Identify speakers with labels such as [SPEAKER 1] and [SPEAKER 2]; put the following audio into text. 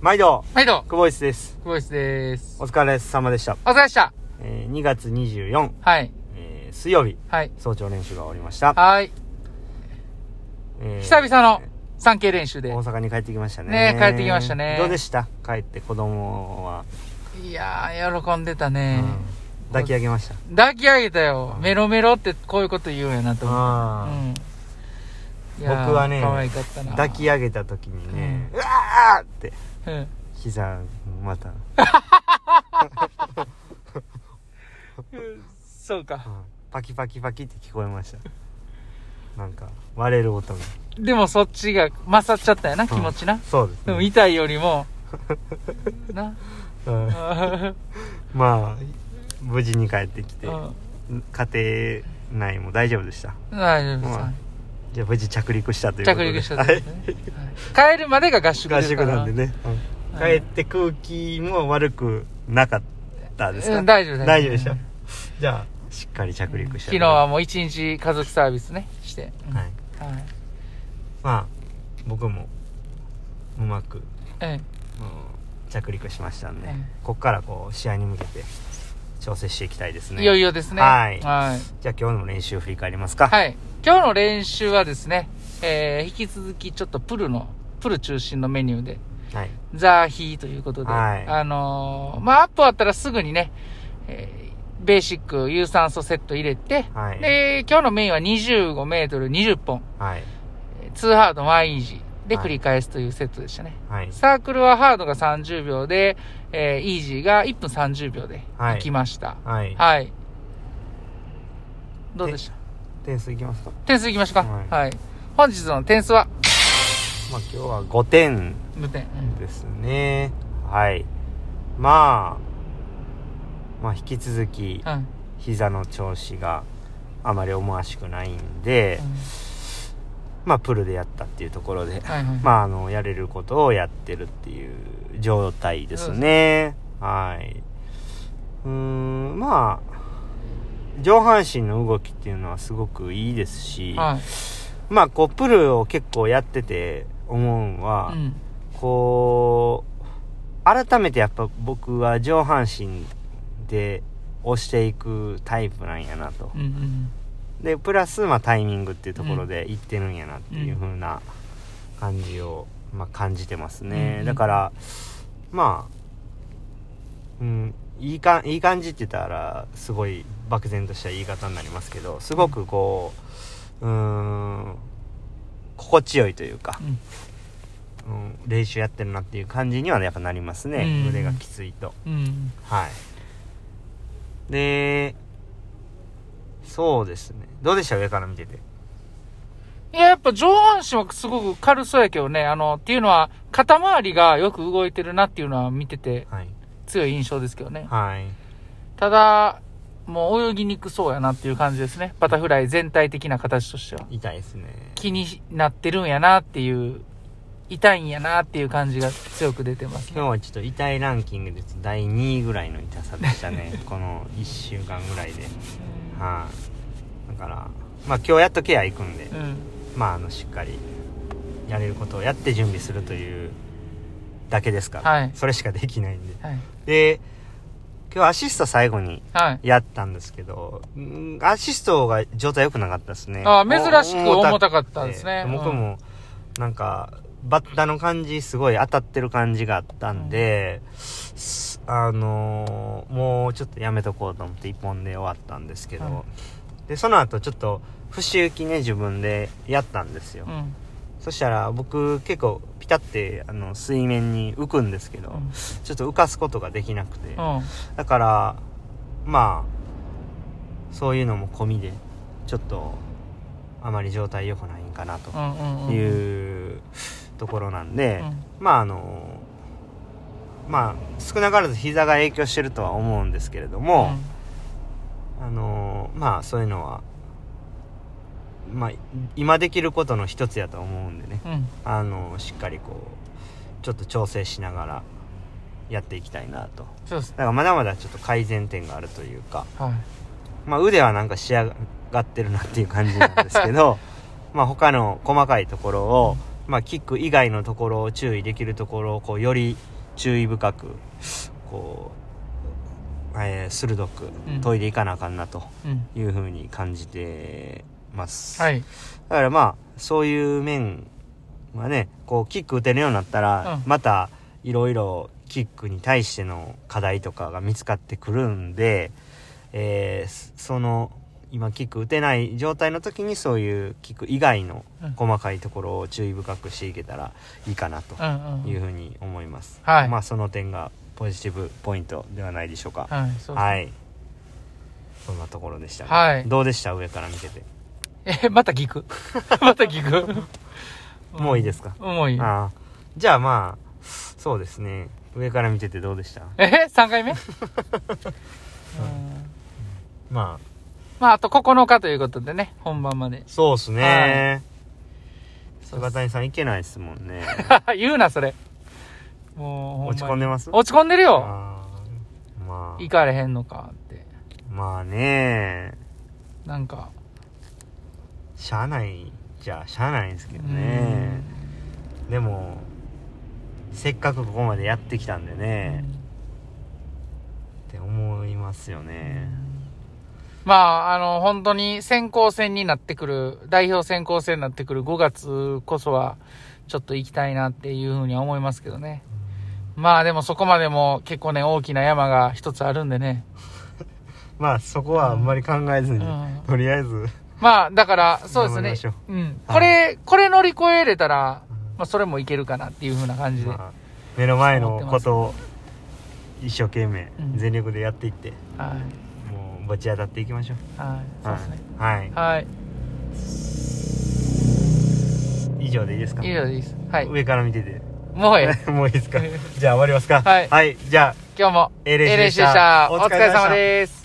[SPEAKER 1] 毎度、
[SPEAKER 2] 毎度、
[SPEAKER 1] 久保イスです。
[SPEAKER 2] 久保石です。
[SPEAKER 1] お
[SPEAKER 2] お
[SPEAKER 1] 疲れ様でした。
[SPEAKER 2] 疲れでした。
[SPEAKER 1] えー、2月24、
[SPEAKER 2] はい。
[SPEAKER 1] えー、水曜日、
[SPEAKER 2] はい。
[SPEAKER 1] 早朝練習が終わりました。
[SPEAKER 2] はい。
[SPEAKER 1] えー
[SPEAKER 2] 久々の 3K 練習で。
[SPEAKER 1] 大阪に帰ってきましたね。
[SPEAKER 2] ね帰ってきましたね
[SPEAKER 1] どうでした帰って子供は、
[SPEAKER 2] いやー、喜んでた
[SPEAKER 1] う
[SPEAKER 2] ね
[SPEAKER 1] ん。抱き上げました。
[SPEAKER 2] 抱き上げたよ
[SPEAKER 1] う。ん
[SPEAKER 2] メロメロってこういうこと言うんやなと思う。う
[SPEAKER 1] あ
[SPEAKER 2] ん。い
[SPEAKER 1] ー
[SPEAKER 2] やー
[SPEAKER 1] 僕はね
[SPEAKER 2] 可愛かったな。
[SPEAKER 1] 抱き上げた時にね、うわーって、
[SPEAKER 2] うん。
[SPEAKER 1] 膝、また、
[SPEAKER 2] そう
[SPEAKER 1] う
[SPEAKER 2] か。
[SPEAKER 1] んパキパキパキって聞こえました。なんか、割れる音が。
[SPEAKER 2] でもそっちが勝っちゃったよな、気持ち
[SPEAKER 1] う。
[SPEAKER 2] なん
[SPEAKER 1] そうです、ね。
[SPEAKER 2] でも痛いよりも、 な。
[SPEAKER 1] うんまあ無事に帰ってきて
[SPEAKER 2] うん
[SPEAKER 1] 家庭内も大丈夫でした
[SPEAKER 2] 大丈夫です
[SPEAKER 1] まあ。じゃあ無事着陸したということ
[SPEAKER 2] 着
[SPEAKER 1] で
[SPEAKER 2] 陸した
[SPEAKER 1] はい
[SPEAKER 2] 時ねはい帰るまでが合宿
[SPEAKER 1] 合
[SPEAKER 2] です
[SPEAKER 1] 宿
[SPEAKER 2] から
[SPEAKER 1] なんでね、うん
[SPEAKER 2] はい
[SPEAKER 1] 帰って空気も悪くなかったですか、
[SPEAKER 2] うん大丈夫です
[SPEAKER 1] 大丈夫でした、
[SPEAKER 2] うん
[SPEAKER 1] じゃあしっかり着陸した
[SPEAKER 2] 昨日はもう一日家族サービスねして、うん
[SPEAKER 1] はい
[SPEAKER 2] はい
[SPEAKER 1] まあ僕もうまく、
[SPEAKER 2] え
[SPEAKER 1] うん着陸しましたんで、
[SPEAKER 2] うん
[SPEAKER 1] ここからこう試合に向けて調整していきたいです
[SPEAKER 2] え
[SPEAKER 1] ね
[SPEAKER 2] いよいよですね
[SPEAKER 1] はい
[SPEAKER 2] はい
[SPEAKER 1] じゃあ今日の練習振り返りますか
[SPEAKER 2] はい今日の練習はですね、えー、引き続きちょっとプルのプル中心のメニューで
[SPEAKER 1] はい
[SPEAKER 2] ザーヒーということで、
[SPEAKER 1] はい
[SPEAKER 2] あのーまあアップ終わったらすぐにね、えーベーシック有酸素セット入れて、
[SPEAKER 1] はい
[SPEAKER 2] で今日のメインは25メートル20本
[SPEAKER 1] はい
[SPEAKER 2] ツーハードワンイージーで
[SPEAKER 1] はい
[SPEAKER 2] 繰り返すというセットでしたね、
[SPEAKER 1] はい
[SPEAKER 2] サークルはハードが30秒で、えーイージーが1分30秒で
[SPEAKER 1] はい
[SPEAKER 2] 行きました。
[SPEAKER 1] はい
[SPEAKER 2] はい。どうでした
[SPEAKER 1] 点数いきますか
[SPEAKER 2] 点数いきましょうか。
[SPEAKER 1] はい
[SPEAKER 2] はい。本日の点数は
[SPEAKER 1] まあ今日は5点
[SPEAKER 2] 無点。うん
[SPEAKER 1] ですね。はい。まあ、まあ引き続き
[SPEAKER 2] うん。うん
[SPEAKER 1] 膝の調子があまり思わしくないんで、まあプルでやったっていうところで、
[SPEAKER 2] はいはい。
[SPEAKER 1] まああの、やれることをやってるっていう状態ですね。はい。うーん、まあ、上半身の動きっていうのはすごくいいですし、
[SPEAKER 2] はい。
[SPEAKER 1] まあこうプルを結構やってて思うんは、
[SPEAKER 2] うん。
[SPEAKER 1] こう改めてやっぱ僕は上半身で押していくタイプなんやなと
[SPEAKER 2] うんうん。
[SPEAKER 1] でプラスまあタイミングっていうところでいってるんやなっていううん風な感じを、まあ、感じてますね、
[SPEAKER 2] うん
[SPEAKER 1] だからまあうんいいかいい感じって言ったらすごい漠然とした言い方になりますけどすごくこううーん心地よいというか、
[SPEAKER 2] うん
[SPEAKER 1] うん、練習やってるなっていう感じにはやっぱなりますね、
[SPEAKER 2] うん
[SPEAKER 1] 腕がきついと
[SPEAKER 2] うん。
[SPEAKER 1] はいでそうですねどうでした上から見てて
[SPEAKER 2] いや、やっぱ上半身はすごく軽そうやけどね、あの、っていうのは、肩周りがよく動いてるなっていうのは見てて
[SPEAKER 1] はい
[SPEAKER 2] 強い印象ですけどね。
[SPEAKER 1] はい
[SPEAKER 2] ただ、もう泳ぎにくそうやなっていう感じですね。バタフライ全体的な形としては。
[SPEAKER 1] 痛いですね
[SPEAKER 2] 気になってるんやなっていう、痛いんやなっていう感じが強く出てますね。
[SPEAKER 1] 今日はちょっと痛いランキングで第2位ぐらいの痛さでした ねこの1週間ぐらいではいだからまあ今日やっとケア行くんで、
[SPEAKER 2] うん。
[SPEAKER 1] まああのしっかりやれることをやって準備するというだけですから、
[SPEAKER 2] はい
[SPEAKER 1] それしかできないんで
[SPEAKER 2] はい。
[SPEAKER 1] で今日アシスト最後に
[SPEAKER 2] はい。
[SPEAKER 1] やったんですけどうんアシストが状態良くなかったですね
[SPEAKER 2] ああ、珍しく重た
[SPEAKER 1] く
[SPEAKER 2] かったですね。
[SPEAKER 1] 僕もなんかバッタの感じすごい当たってる感じがあったんで、すあのーもうちょっとやめとこうと思って一本で終わったんですけど、
[SPEAKER 2] は
[SPEAKER 1] でその後ちょっと節打きね自分でやったんですよ、
[SPEAKER 2] うん。うん。
[SPEAKER 1] そしたら僕結構ピタってあの水面に浮くんですけど、
[SPEAKER 2] うん
[SPEAKER 1] ちょっと浮かすことができなくて、
[SPEAKER 2] うん。
[SPEAKER 1] だからまあそういうのも込みでちょっとあまり状態良くないんかな
[SPEAKER 2] う
[SPEAKER 1] と
[SPEAKER 2] ん。うん。うん。
[SPEAKER 1] いうところなんで、
[SPEAKER 2] うん
[SPEAKER 1] まああのまあ少なからず膝が影響してるとは思うんですけれども、あのまあそういうのは、まあ、今できることの一つやと思うんでね、
[SPEAKER 2] うん。うん。
[SPEAKER 1] あのしっかりこうちょっと調整しながらやっていきたいなと
[SPEAKER 2] そうです
[SPEAKER 1] だ。からまだまだちょっと改善点があるというか、
[SPEAKER 2] はい。
[SPEAKER 1] まあ、腕はなんか仕上がってるなっていう感じなんですけ どまあ他の細かいところを、まあ、キック以外のところを注意できるところをこうより注意深くこう、えー鋭く
[SPEAKER 2] うん
[SPEAKER 1] 研いでいかなあかんなと
[SPEAKER 2] うん。
[SPEAKER 1] いうふうに感じてます、
[SPEAKER 2] はい。
[SPEAKER 1] だからまあそういう面はねこうキック打てるようになったら、
[SPEAKER 2] うん
[SPEAKER 1] またいろいろキックに対しての課題とかが見つかってくるんで、えーその今キック打てない状態の時にそういうキック以外の
[SPEAKER 2] うん
[SPEAKER 1] 細かいところを注意深くしていけたらいいかなと
[SPEAKER 2] うんうん。
[SPEAKER 1] いうふうに思います、
[SPEAKER 2] はい
[SPEAKER 1] まあその点がポジティブポイントではないでしょうか、
[SPEAKER 2] はい、そうです。
[SPEAKER 1] はいそんなところでしたね、
[SPEAKER 2] はい
[SPEAKER 1] どうでした上から見てて
[SPEAKER 2] え、またギクまたギク
[SPEAKER 1] もういいですか
[SPEAKER 2] もういい。
[SPEAKER 1] ああじゃあまあそうですね上から見ててどうでした
[SPEAKER 2] え ?3 回目うん
[SPEAKER 1] まあ
[SPEAKER 2] まあ、あと9日ということでね、本番まで。
[SPEAKER 1] そうっすね
[SPEAKER 2] そう
[SPEAKER 1] 菅谷さんいけないですもんね
[SPEAKER 2] 言うな、それ。もう、
[SPEAKER 1] 落ち込ん
[SPEAKER 2] で
[SPEAKER 1] でます
[SPEAKER 2] 落ち込んでるよ
[SPEAKER 1] ああま
[SPEAKER 2] 行かれへんのかって。
[SPEAKER 1] あまあね
[SPEAKER 2] なんか。
[SPEAKER 1] しゃあないじゃあしゃあないんですけどねでもせっかくここまでやってきたんで
[SPEAKER 2] うん
[SPEAKER 1] ね、って思いますよね
[SPEAKER 2] まあ、あの、本当に先行戦になってくる、代表先行戦になってくる5月こそは、ちょっと行きたいなっていうふうには思いますけどね。まあでもそこまでも結構ね、大きな山が一つあるんでね。
[SPEAKER 1] まあそこはあんまり考えずに、
[SPEAKER 2] うん
[SPEAKER 1] とりあえず
[SPEAKER 2] まあ、だから、そうです
[SPEAKER 1] 頑張りま
[SPEAKER 2] ね
[SPEAKER 1] しょう。
[SPEAKER 2] うん。
[SPEAKER 1] はい
[SPEAKER 2] これ、これ乗り越えれたら、まあそれもいけるかなっていう風な感じで。は
[SPEAKER 1] まあ、目の前のことを一生懸命
[SPEAKER 2] うん
[SPEAKER 1] 全力でやっていって、
[SPEAKER 2] い。
[SPEAKER 1] もうぶち当たっていきましょう
[SPEAKER 2] はい。そうですね。
[SPEAKER 1] はい、は
[SPEAKER 2] はい。
[SPEAKER 1] い、以上でいいですか
[SPEAKER 2] 以上でいいです。はい。
[SPEAKER 1] 上から見てて
[SPEAKER 2] も うえ え。
[SPEAKER 1] もういいですかじゃあ終わりますか
[SPEAKER 2] はい
[SPEAKER 1] じゃあ
[SPEAKER 2] 今日も、
[SPEAKER 1] A 練習でした
[SPEAKER 2] お疲れ様です。